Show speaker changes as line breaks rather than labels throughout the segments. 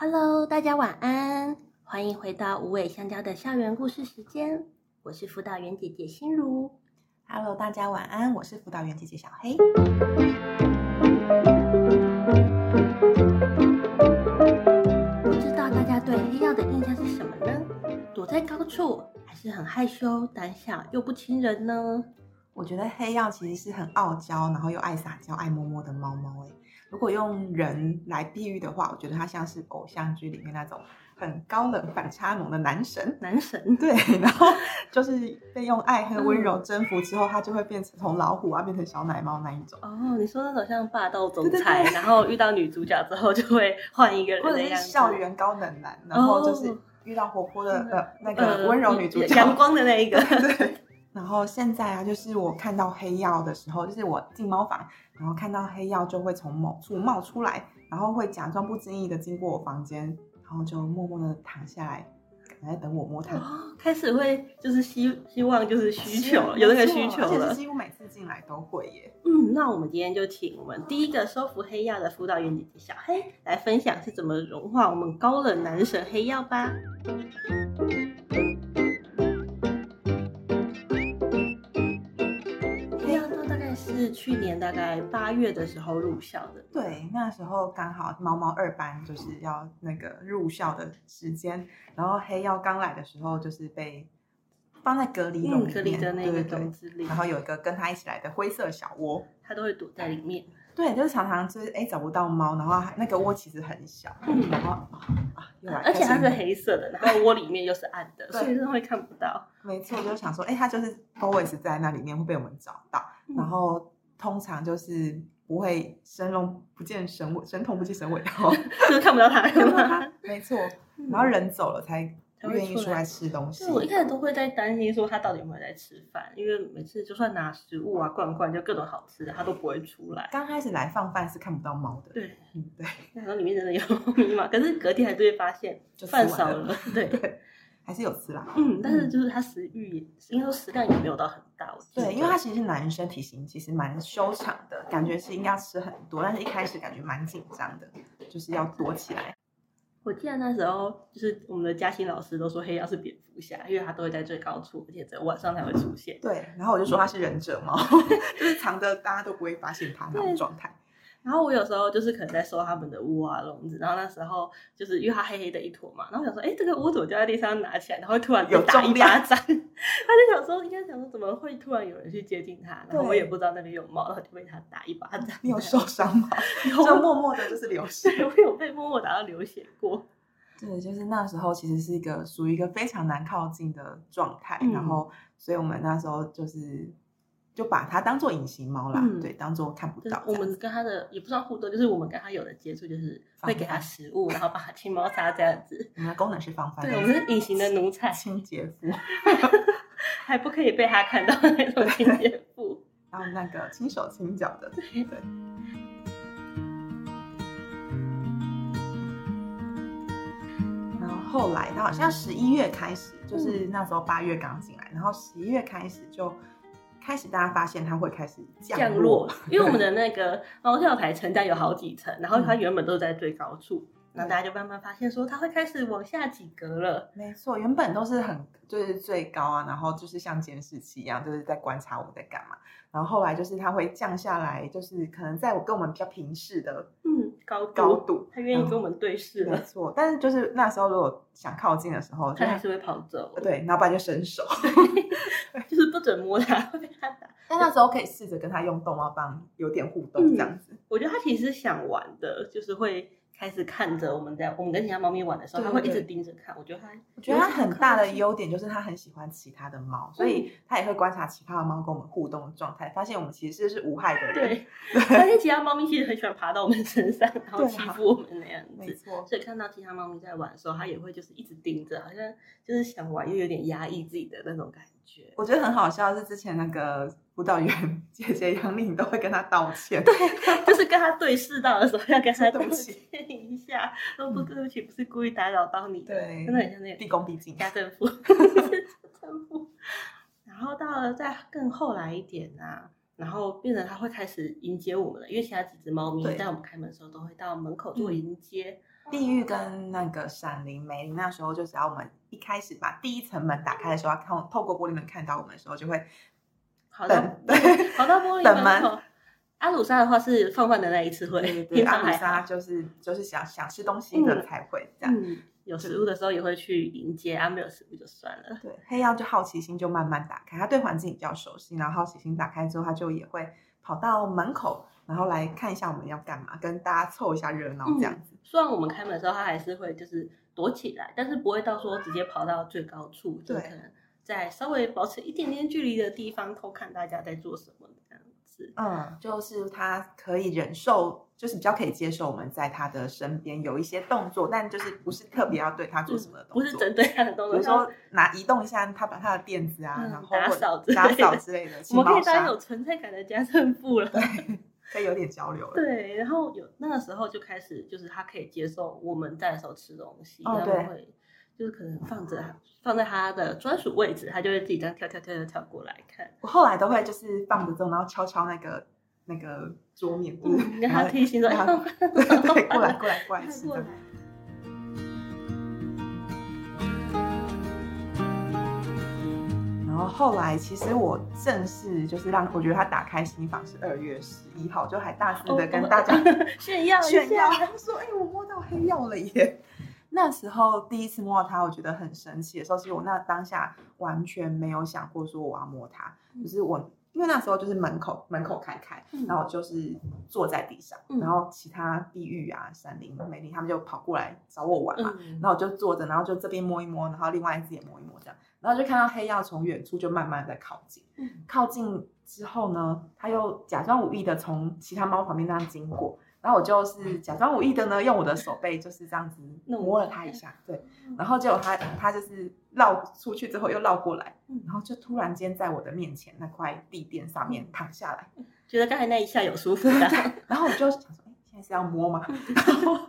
Hello，大家晚安，欢迎回到无尾香蕉的校园故事时间，我是辅导员姐姐心如。
Hello，大家晚安，我是辅导员姐姐小黑。
不知道大家对黑曜的印象是什么呢？躲在高处，还是很害羞、胆小又不亲人呢？
我觉得黑曜其实是很傲娇，然后又爱撒娇、爱摸摸的猫猫。哎，如果用人来比喻的话，我觉得它像是偶像剧里面那种很高冷、反差萌的男神。
男神，
对， 然后就是被用爱和温
嗯
柔征服之后，它就会变成从老虎啊变成小奶猫那一种，
哦，你说那种像霸道总
对对
裁，
对
然后遇到女主角之后就会换一个人
或者
的
是
样子，
校园高冷男，然后就是
哦
遇到活泼的
真的
呃那
呃
个温柔女主角，
阳光的那一 个，
对。然后现在啊，就是我看到黑曜的时候，就是我进猫房，然后看到黑曜就会从某处冒出来，然后会假装不经意的经过我房间，然后就默默的躺下来，可能在等我摸它。
哦，开始会就是希希望就是需求
没
有那个
错
需求
而且
了
是，几乎每次进来都会耶。
嗯，那我们今天就请我们第一个收服黑曜的辅导员姐姐小黑来分享是怎么融化我们高冷男神黑曜吧。黑曜豆大概是去年大概八月的时候入校的，
对，那时候刚好猫猫二班就是要那个入校的时间，然后黑曜刚来的时候就是被放在隔离笼
嗯，
里面，
隔离的那个
对对
笼
对，
子里，
然后有一个跟他一起来的灰色小窝。
它都会躲在里面。
对，就是常常就是哎找不到猫，然后那个窝其实很小，
嗯
然后啊又来，
而且它
开始
是黑色的，然 后窝里面又是暗的，
对
所以真的会看不到。
没错，就是想说哎它就是 always 在那里面会被我们找到，
嗯
然后通常就是不会神龙不见神尾，神童不见 神尾，然 后
就是看不到它，
看到 它， 没错，
嗯
然后人走了才
才会
愿意
出
出
来
来吃东西
对，。我一开始都会在担心说他到底有没有在吃饭，因为每次就算拿食物啊、罐罐，就各种好吃的，他都不会出来。
刚开始来放饭是看不到猫的，
对，
嗯对，
然后里面真的有 密码，可是隔天还是会发现
就吃
饭
完
少
了，
了。对，
还是有吃啦。
嗯，但是就是他食欲也，应该说食量也没有到很大。我记得
对，因为它其实是男生体型其实蛮修长的，感觉是应该要吃很多，但是一开始感觉蛮紧张的，就是要躲起来。
我记得那时候就是我们的嘉欣老师都说黑曜是蝙蝠侠，因为他都会在最高处，而且只有晚上才会出现。
对，然后我就说它是忍者猫， 就是藏的大家都不会发现它那种状态。
然后我有时候就是可能在收他们的窝啊笼子，然后那时候就是因为它黑黑的一坨嘛，然后我想说，哎，这个窝怎么掉在地上拿起来，然后突然被
有
打
重
一
量
巴掌， 他就想说，应该想说怎么会突然有人去接近它，然后
对
我也不知道那边有猫，然后就被它打一巴掌。
你有受伤 吗？
有
就默默的就是流
对，
失。
我有被摸摸打到流血过。
对，就是那时候其实是一个属于一个非常难靠近的状态，
嗯
然后所以我们那时候就是就把它当做隐形猫啦，
嗯
对，当做看不
就是
到这
我
样
们
子。
跟它的也不算互动，就是我们跟它有的接触，就是会给它
防范
食物，然后帮它清猫砂这样子。
我们的功能是防范
对，
的
我们是隐形的奴才，
清洁夫，
还不可以被它看到那种清洁妇。
然后那个轻手轻脚的，对。然后后来，他好像十一月开始，就是那时候八月刚进来，然后十一月开始就开始大家发现它会开始降
降落，因为我们的那 个猫跳台层架有好几层，然后
嗯
它原本都在最高处，然后大家就慢慢发现说它会开始往下几格了。
没错，原本都是很就是最高啊，然后就是像监视器一样，就是在观察我们在干嘛。然后后来就是它会降下来，就是可能在我跟我们比较平视的
嗯，高
高
度，
度，嗯
它愿意跟我们对视
没
了，
错，但是就是那时候如果想靠近的时候，就
它还是会跑走。，
对，然后不然就伸手。
就是不准摸它，会被它打。
但那时候可以试着跟他用逗猫棒有点互动这样子。
我觉得它其实想玩的，就是会开始看着我们在我们跟其他猫咪玩的时候，它
对
会一
对
直盯着看。我觉得它，
我觉得他很大的
优。
优点就是他很喜欢其他的猫，所以他也会观察其他的猫跟我们互动的状态，发现我们其实是无害的人。
对，而且其他猫咪其实很喜欢爬到我们身上，然后
对啊
欺负我们那样
没
子。
错，
所以看到其他猫咪在玩的时候，它也会就是一直盯着，好像就是想玩又有点压抑自己的那种感觉。
我觉得很好笑的是之前那个辅导员姐姐杨丽，你都会跟他道歉。
就是跟它对视到的时候，要跟它
说对不起
道歉一下，说不
嗯
对不起，不是故意打扰到你的，
对
真的很像那
毕
个
恭毕敬。
家政 妇，家政妇。然后到了再更后来一点啊，然后变成它会开始迎接我们了，因为其他几只猫咪
对嗯
在我们开门的时候都会到门口做迎接。
地狱跟那个闪灵、梅林，那时候就只要我们一开始把第一层门打开的时候，透透过玻璃门看到我们的时候，就会
好到
等对
好到玻璃
等
门
门
口。阿鲁莎的话是放饭的那一次
对
会，
对，
平
阿
常
鲁
还
莎
好。
就是就是想想吃东西的才会这样。
嗯，有食物的时候也会去迎接，啊，没有食物就算了。
对，黑曜就好奇心就慢慢打开，他对环境比较熟悉，然后好奇心打开之后，他就也会跑到门口，然后来看一下我们要干嘛，跟大家凑一下热闹这样子。
虽然我们开门的时候，它还是会就是躲起来，但是不会到说直接跑到最高处，就是
对
可能在稍微保持一点点距离的地方偷看大家在做什么这样子。
嗯，就是他可以忍受，就是比较可以接受我们在他的身边有一些动作，但就是不是特别要对他做什么的动
嗯不
作，
是针对它的动
比
作，
如
像
说拿移动一下他把他的垫子啊，
嗯
然后
打
或
扫之
打
类的
扫之类的，
我们可以
清
当
猫
有
砂
存在感的家政妇了。
可以有点交流了。
对，然后有那个时候就开始，就是他可以接受我们在的时候吃东西，
哦
他
对
们会就是可能放着放在他的专属位置，他就会自己这样跳跳跳跳跳过来看，
我后来都会就是放着之后，然后敲敲那个那个桌面，就是
嗯，跟他
然后
提醒说，哎，
然
放
后
饭
对 对，过来过来过来
看
吃
过
的
来。。
然后后来其实我正式就是让我觉得他打开新房是二月十一号，就还大肆的跟大家
哦 炫耀一
炫耀，
下，
他就说：“哎、我摸到黑曜了耶！”那时候第一次摸到它，我觉得很神奇的时候，其实我那当下完全没有想过说我要摸它，就是我因为那时候就是门口门口开开，
嗯
然后我就是坐在地上，
嗯
然后其他地狱啊、闪灵、美丽他们就跑过来找我玩嘛，
嗯
然，后我就坐着，然后就这边摸一摸，然后另外一只也摸一摸这样，然后就看到黑曜从远处就慢慢地在靠近，
嗯
靠近之后呢，他又假装无意的从其他猫旁边那样经过，然后我就是假装无意的呢，用我的手背就是这样子
弄
摸了它一下，对，然后结果它它就是绕出去之后又绕过来，
嗯
然后就突然间在我的面前那块地垫上
嗯
面躺下来，
觉得刚才那一下有舒服的，
然后我就想说，哎，现在是要摸吗？
嗯
然后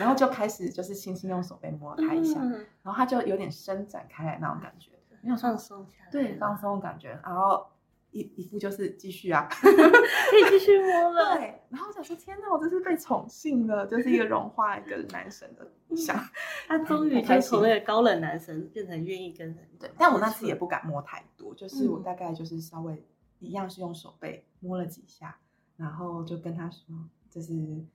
然后就开始就是轻轻用手背摸了它一下，
嗯
然后它就有点伸展开来那种感觉，没有
放松下来，
对放松的感觉，然后一一副就是继续啊。
可以继续摸了。
对，然后我想说，天哪，我真是被宠幸了，就是一个融化一个男神 的
嗯
想。
他终于
好开
就
心
从那个高冷男神变成愿意跟人
对，但我那次也不敢摸太多，就是我
嗯
大概就是稍微一样是用手背摸了几下，然后就跟他说，就是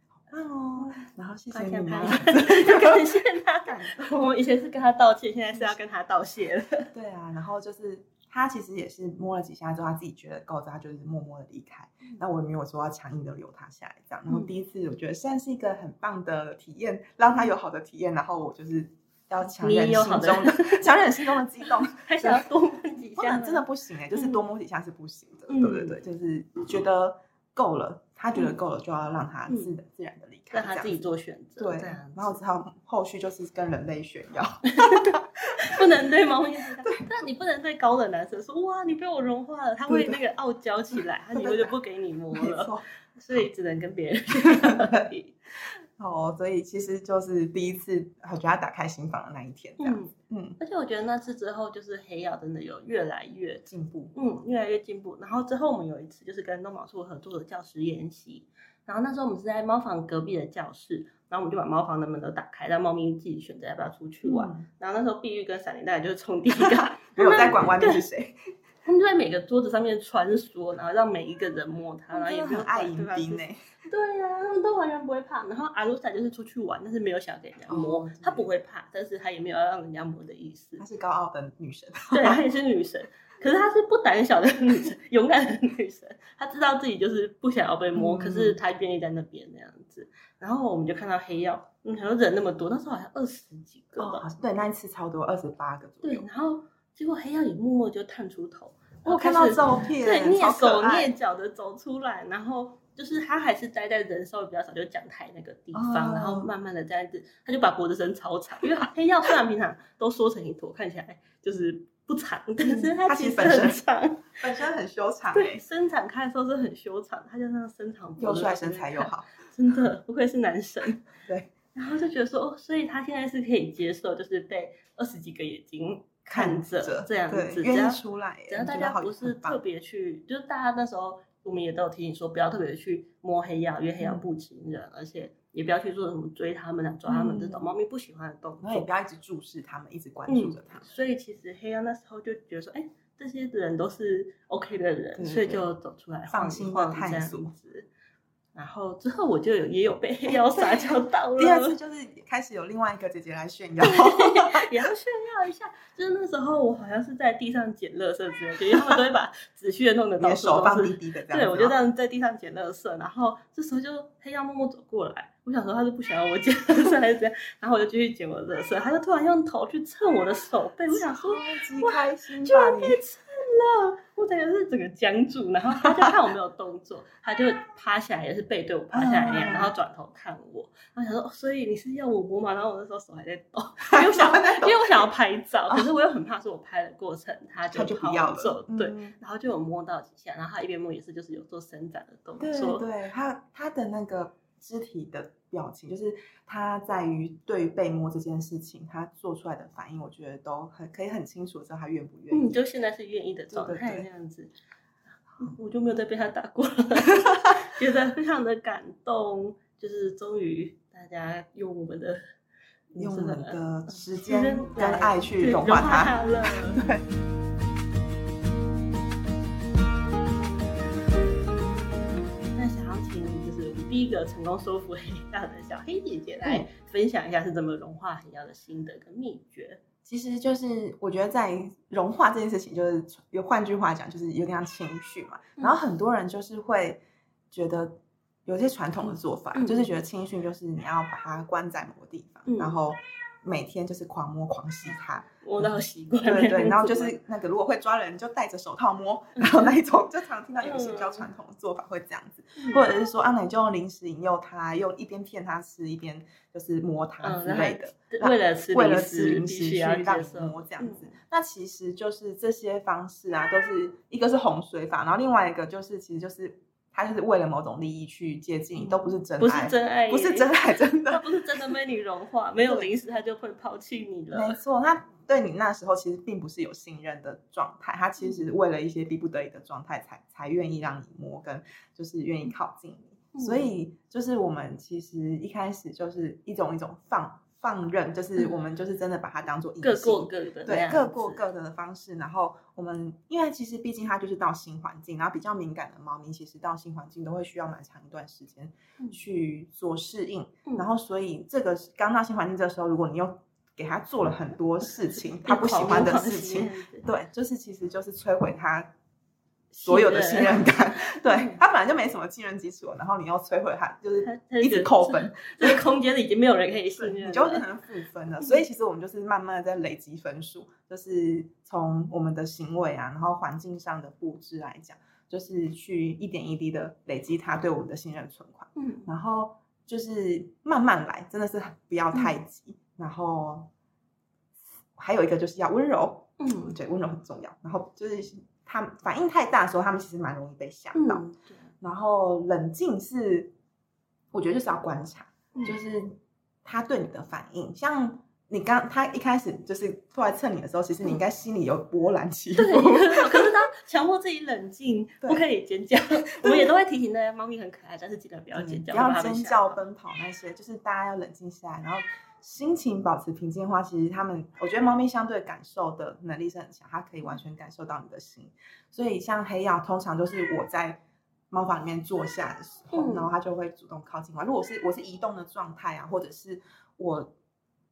好棒哦，然后谢谢
发现
你
他
啊，
就感谢他。
感
我
动。
们以前是跟他道歉，现在是要跟他道谢了。
对啊，然后就是他其实也是摸了几下之后，他自己觉得够之后，他就是默默的离开。那我也没有说要强硬的留他下来这样。然后
嗯
第一次我觉得算是一个很棒的体验，让他有好的体验，然后我就是要强
你也
忍
有
心
好的
中的 强忍心中的激动。
还想要多问几
不
下
能
呢，
真的不行哎、就是多摸几下是不行的。
嗯
对对对，就是觉得够了，他觉得够了就要让他
嗯
自然、自然的离开，
让他自己。做选择。
对
这样子，
然后只好后续就是跟人类炫耀，
不能对猫咪这样， 但你不能对高冷男生说哇，你被我融化了，他会
对
那个傲娇起来，他以后就不给你摸
没
了，
错。
所以只能跟别 人而已。
哦，所以其实就是第一次，我觉得他打开心房的那一天，这样，
嗯，
嗯，
而且我觉得那次之后，就是黑曜真的有越来越
进步，
嗯，越来越进步。然后之后我们有一次就是跟东宝处合作的教师研习，然后那时候我们是在猫房隔壁的教室，然后我们就把猫房的门都打开，让猫咪自己选择要不要出去玩。
嗯，
然后那时候碧玉跟闪灵大概就是冲第一个
没有在管外面 是谁，
他们就在每个桌子上面穿梭，然后让每一个人摸它，然后
真
也
的
没有
很爱
管
迎
对方
宾欸
是
呢、
对呀、他们都完全不会怕。然后阿鲁萨就是出去玩，但是没有想给人家摸
哦，
他不会怕，但是他也没有要让人家摸的意思
她。是高傲的女神，
对，她也是女神，可是她是不胆小的女神， 勇敢的女神。她知道自己就是不想要被摸，
嗯
可是她愿意在那边那样子。然后我们就看到黑曜，嗯，想说人那么多，那时候好像二十几个
哦，
吧。
好像对，那一次超多，二十八个左
对，
右，
然后结果黑曜也默默就探出头，然后
我有看
开
到
始
照片，
对蹑
超可
手
爱
蹑脚的走出来，然后。就是他还是待在人稍微比较少，就讲台那个地方，
哦
然后慢慢的这样子，他就把脖子伸超长，因为黑曜虽然平常都缩成一坨，看起来就是不长，但是它
它
其
嗯其
实
实本身
很长，
本身很修长、
对，
欸，
生产看的时候是很修长，他就那样伸长脖
又
子，
帅身材又，好，
真的不愧是男神。
对，
然后就觉得说，哦，所以他现在是可以接受，就是被二十几个眼睛看
看
着这样
对
子，只
愿
要
意出来、欸，
只要大
我觉得
家
好
不是
很棒
特别去，就是大家那时候我们也都有提醒说，不要特别去摸黑曜，因为黑曜
嗯
不亲人，而且也不要去做什么追它们啊、抓它们这种
嗯
猫咪不喜欢的动
然后也
作
不。要一直注视它们，一直关注
嗯
着它们。
所以其实黑羊那时候就觉得说，哎，这些人都是 OK 的人，
对对
所以
对
就走出来
放
晃
心
一
地
晃
探
这样
索
子。然后之后我就有也有被黑羊撒娇 到了，
第二次就是开始有另外一个姐姐来 炫耀，
也要炫耀一下。就是那时候我好像是在地上捡垃圾之类的，因为他们都会把纸屑弄得
你
到
的
处
手
都
放
是
滴。滴的这样子。啊
对，我就这样在地上捡垃圾，然后这时候就黑曜默默走过来，我想说他是不想要我捡垃圾还是怎样，然后我就继续捡我的垃圾，他就突然用头去蹭我的手背，我想说
超级
哇
开心
居
吧
然
你
被？蹭了，我整个是整个僵住，然后他就看我没有动作，他就趴下来，也是背对我趴下来那样，
嗯
然后转头看我，然后想说，哦所以你是要我摸嘛？然后我那时候手还在抖，因为我想， 因为我想要拍照，可是我又很怕说我拍的过程他
他就
跑
不要
走
了，，
对，
嗯
然后就有摸到几下，然后他一边摸也是就是有做伸展的动
对
作，
对，他他的那个肢体的表情，就是他在于对于被摸这件事情，他做出来的反应，我觉得都很可以很清楚知道他愿不愿
嗯，
意。
就现在是愿意的状
对对
态
对
这样子。嗯我就没有再被他打过 了，觉得非常的感动，就是终于大家用我们的
用我们的时
时间
间跟
来
爱去
对
融
融
化
化
它。
它了。
对。
那想要请就是我们第一个成功收服黑曜的小黑姐姐来分享一下是怎么融化黑曜的心得跟秘诀。
其实就是我觉得在融化这件事情，就是有换句话讲，就是有点像情绪嘛。
嗯
然后很多人就是会觉得有些传统的做法，
嗯
就是觉得青训就是你要把它关在某个地方，
嗯
然后每天就是狂摸狂吸 它，
我那好习惯，
嗯对对。然后就是那个如果会抓人，你就戴着手套摸，
嗯
然后那一种就常听到有一些比较传统的做法会这样子，或者是说啊，那你就用零食引诱它，用一边骗它吃，一边就是摸它
嗯
之类的。
对为了吃
为
零
了吃
食
零
必
食
须
去
要
让
接
你
受嗯
摸这样子。那其实就是这些方式啊，都是一个是洪水法，然后另外一个就是其实就是他就是为了某种利益去接近你，
嗯
都不是真
不
爱，
是真爱，
不是真 爱，真
它
的
不是真的被你融化，没有
对
零食它就会抛弃你
没
了。
错。他对你那时候其实并不是有信任的状态，他其
嗯
实是为了一些逼不得已的状态才才愿意让你摸，跟就是愿意靠近你。所
嗯
以就是我们其实一开始就是一种一种放放任，就是我们就是真的把它当做
嗯各过各的那
对
样子，嗯
各过各的方式。然后我们因为其实毕竟它就是到新环境，然后比较敏感的猫咪，其实到新环境都会需要蛮长一段时间
嗯
去做适应。
嗯
然后所以这个刚到新环境这时候，如果你又给它做了很多 事情，它不喜欢的事情，，对，就是其实就是摧毁它。所有的信任感， 对
嗯
它本来就没什么信任基础，然后你又摧毁它，就是
它它就
一
觉
直
得
扣
这
分，
这个空间里已经没有人可以信任了，
你就会变成负 分了。所以其实我们就是慢慢的在累积分数，就是从我们的行为啊，然后环境上的布置来讲，就是去一点一滴的累积它对我们的信任存款，
嗯
然后就是慢慢来，真的是不要太
嗯
急，然后还有一个就是要温柔，我
嗯
觉得温柔很重要。然后就是他们反应太大的时候，他们其实蛮容易被吓到。
嗯，
然后冷静是，我觉得就是要观察，
嗯
就是他对你的反应，像。你刚他一开始就是出来蹭你的时候，其实你应该心里有波澜起伏
嗯对。对，可是当强迫自己冷静，
对
不可以尖叫，我们也都会提醒大家，猫咪很可爱，但是尽量不要
嗯
尖叫，
不要
怕它们
尖
吓
叫、
到
奔跑那些，就是大家要冷静下来，然后心情保持平静的话，其实他们，我觉得猫咪相对感受的能力是很强，它可以完全感受到你的心。所以像黑曜，通常就是我在猫房里面坐下的时候，
嗯
然后它就会主动靠近我。如果是我是移动的状态啊，或者是我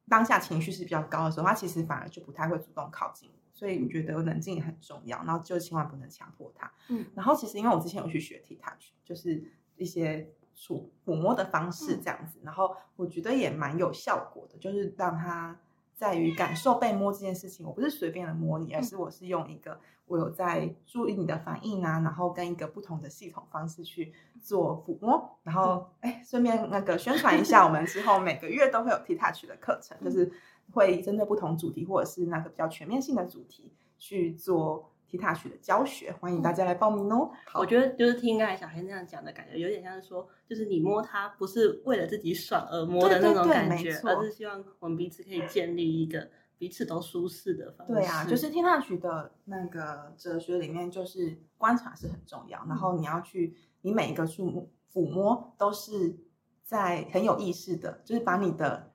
当下情绪是比较高的时候，它其实反而就不太会主动靠近我。所以我觉得冷静也很重要，然后就千万不能强迫它。
嗯
然后其实因为我之前有去学 T touch，就是一些触抚摸的方式这样子，然后我觉得也蛮有效果的，就是让他在于感受被摸这件事情，我不是随便的摸你，而是我是用一个我有在注意你的反应啊，然后跟一个不同的系统方式去做抚摸，然后哎，顺便那个宣传一下，我们之后每个月都会有 T touch 的课程，就是会针对不同主题或者是那个比较全面性的主题去做。T touch 的教学，欢迎大家来报名哦！
我觉得就是听刚才小黑那样讲的感觉，有点像是说，就是你摸它不是为了自己爽而摸的那
对对
种
对
感
没
觉，
错
而是希望我们彼此可以建立一个彼此都舒适的方式。
对啊，就是天上曲的那个哲学里面，就是
嗯
观察是很重要，然后你要去，你每一个触摸、抚摸都是在很有意识的，就是把你的，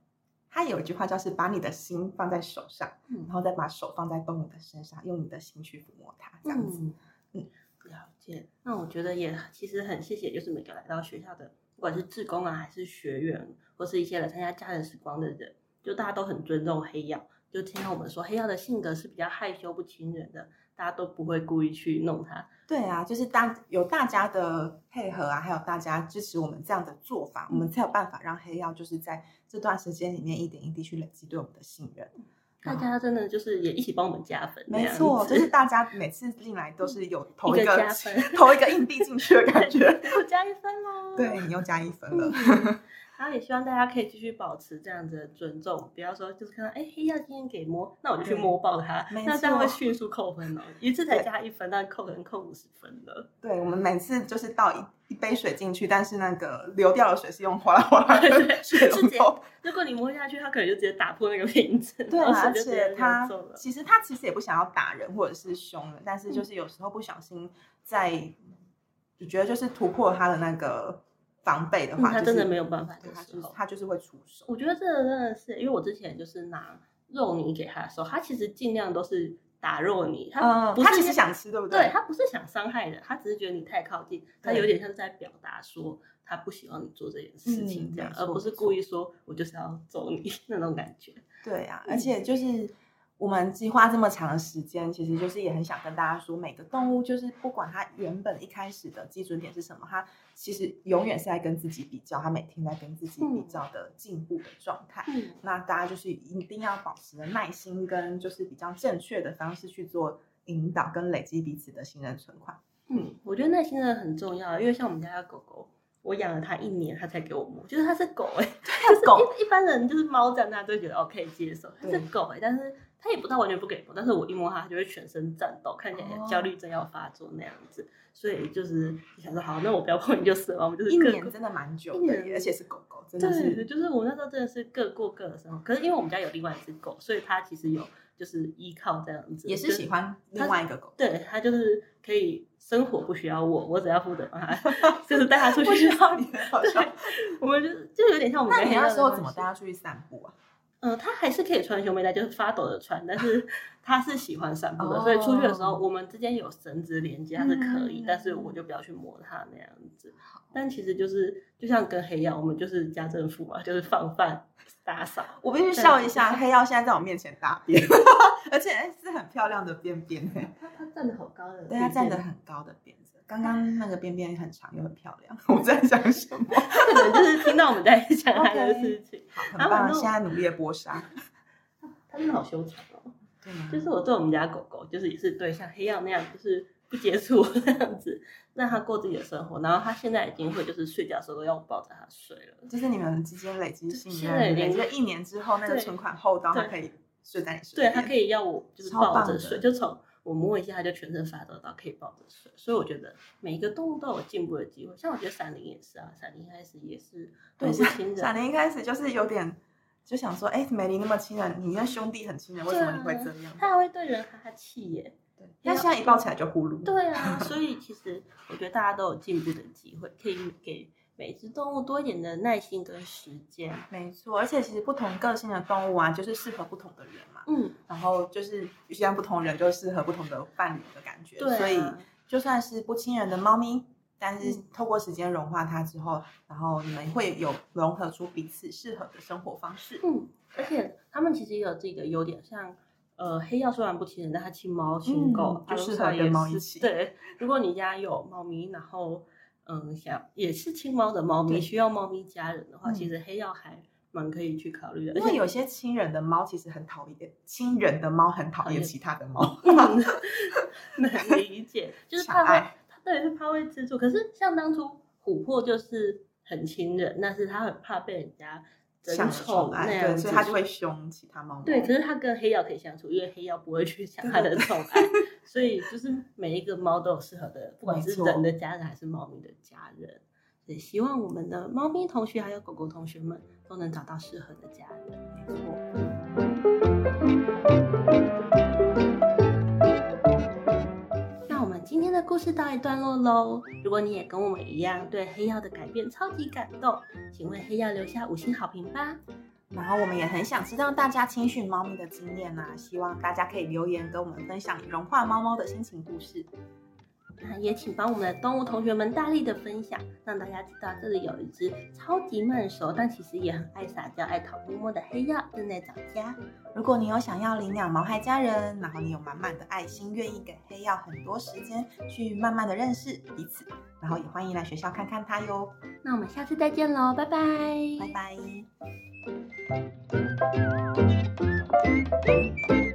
它有一句话叫是把你的心放在手上，
嗯
然后再把手放在动物的身上，用你的心去抚摸它，这样子。
嗯，了解。那我觉得也其实很谢谢，就是每个来到学校的，不管是志工啊，还是学员，或是一些来参加家人时光的人，就大家都很尊重黑曜。就听到我们说，黑曜的性格是比较害羞不亲人的，大家都不会故意去弄他。
对啊，就是大有大家的配合啊，还有大家支持我们这样的做法，我
嗯
们才有办法让黑曜就是在这段时间里面一点一滴去累积对我们的信任。
大
哇
家真的就是也一起帮我们加分，
没
这样
错，
子
就是大家每次进来都是 有投
一个
个
加 分
投一个硬币进去的感 觉。
我加一分喽。
对你又加一分 了，
然后也希望大家可以继续保持这样子的尊重，不要说就是看到哎黑曜今天给摸，那我就去
对
摸爆它，
嗯没
那这样
错
会迅速扣分哦，一次才
对
加一分，但扣可能扣五十分了。
对我们每次就是倒一一杯水进去，但是那个流掉的水是用哗啦哗啦
对
的水
是
龙
这
头
样。如果你摸下去，它可能就直接打破那个瓶子，
对
然
啊，
后水
而
就直接
且
流
他
走了。嗯
其实他其实也不想要打人或者是凶人，但是就是有时候不小心在，我觉得就是突破他的那个防备的
嗯
话，
他
就
真的
是
没有办法
对
的
他
时
就是
候
他就是会出手。
我觉得这个真的是，因为我之前就是拿肉泥给他的时候，他其实尽量都是打肉泥，他
嗯，
不
他
是
其实想吃，对不
对
对？
他不是想伤害人，他只是觉得你太靠近，他
对
有点像是在表达说他不喜欢你做这件事情
嗯
这样，
没
而
错
不是
没
故意说我就是要揍你 那种感觉。
对啊，
嗯
而且就是我们计划这么长的时间，其实就是也很想跟大家说，每个动物就是不管它原本一开始的基准点是什么，它其实永远是在跟自己比较，它每天在跟自己比
嗯
较的进步的状态。
嗯，
那大家就是一定要保持耐心，跟就是比较正确的方式去做引导，跟累积彼此的信任存款。
嗯，我觉得耐心真的很重要，因为像我们家的狗狗，我养了它一年，它才给我摸，就是它是狗 哎、就是
狗
一一般人就是猫在那都会觉得哦可以接受，它是
对
狗哎、但是它也不到完全不给摸，但是我一摸它，它就会全身颤抖，看起来
哦
焦虑症要发作那样子，所以就是想说好，那我不要碰你就是了，我们就是
一
各
年
过
真的蛮久
一
的
年
耶，而且是狗狗，真的
对，
是
就是我那时候真的是各过各的生活，可是因为我们家有另外一只狗，所以它其实有就是依靠这样子，
也
就是
喜欢
它
另外一个狗。
对它就是可以生活不需要我，我只要负责帮 它，就是带它出去。
不需要你，好笑。
对，我们就是就有点像我们
那
家
你
黑
那
曜
时候
的
怎么带
关系？
它出去散步啊？
嗯、它还是可以穿胸背带，就是发抖的穿，但 是它是喜欢散步的，所以出去的时候
哦
我们之间有绳子连接，它是可以，
嗯
但是我就不要去摸它那样子。但其实就是就像跟黑曜，我们就是家政妇嘛，就是放饭、打扫。
我必须笑一下，黑曜现在在我面前大便， 而且哎是很漂亮的便便哎，
它它站得好高的，
对，它站得，很高的辫子。刚刚那个便便很长又很漂亮，我在想什 么？
可能就是听到我们在 讲它的
OK
事情，
好，很
啊
棒，
那我
现在努力的剥沙。
它真的好羞耻哦。
对啊
就是我对我们家狗狗，就是也是对像黑曜那样，就是不接触那样子， 让它过自己的生活。然后它现在已经会就是睡觉的时候都要我抱着它睡了。
就是你们之间累积信
现在已
任，
经
累积了一年之后，那个
对
存款厚到它
对
可以睡在你身
对，
边。
它可
以。
以要我就是
超棒
抱着
的
睡，就从我摸一下它就全身发抖到可以抱着睡。所以我觉得每一个动物都有进步的机会，像我觉得闪灵也是啊，闪灵一开始也是
对
很不亲
闪
人。
灵一开始就是有点就想说，哎，美玲那么亲人，你跟兄弟很亲人，为什么你会这样？
它还会对人哈哈气耶，
对，但现在一抱起来就呼噜。
对啊， 所以其实我觉得大家都有进步的机会，可以给每只动物多一点的耐心跟时间。
没错，而且其实不同个性的动物啊，就是适合不同的人嘛。
嗯，
然后就是像不同人就适合不同的伴侣的感觉，
对、啊，
所以就算是不亲人的猫咪，但是
嗯
透过时间融化它之后，然后你们会有融合出彼此适合的生活方式。
嗯，而且他们其实也有自己的优点，像呃黑曜虽然不亲人，但它亲猫亲
嗯
狗，
就
阿鲁
适
萨
合跟
也
猫一
是
起
对，如果你家有猫咪，然后嗯想也是亲猫的猫咪，
对
需要猫咪家人的话，
嗯
其实黑曜还蛮可以去考虑的，而
因为
且
有些亲人的猫其实很讨厌，亲人的猫很讨
讨厌
厌其他的猫。
能理解，就是
小
怕会
爱，
它对，是怕会吃醋。可是像当初琥珀就是很亲人，但是他很怕被人家争
想宠
宠那
爱，
样
对，
子，
所以它就会凶其他猫猫。
对，可是它跟黑曜可以相处，因为黑曜不会去抢它的宠爱，所以就是每一个猫都有适合的，不管
没
是
错
人的家人还是猫咪的家人。所以希望我们的猫咪同学还有狗狗同学们都能找到适合的家人。
没错。
那我们今天的故事告一段落喽。如果你也跟我们一样对黑曜的改变超级感动，请为黑曜留下五星好评吧。
然后我们也很想知道大家青训猫咪的经验啊，希望大家可以留言跟我们分享你融化猫猫的心情故事。
那啊也请帮我们的动物同学们大力的分享，让大家知道这里有一只超级慢熟，但其实也很爱撒娇、爱讨摸摸的黑曜正在找家。
如果你有想要领养毛孩家人，然后你有满满的爱心，愿意给黑曜很多时间去慢慢的认识彼此，然后也欢迎来学校看看它哟。
那我们下次再见喽，拜拜，
拜拜。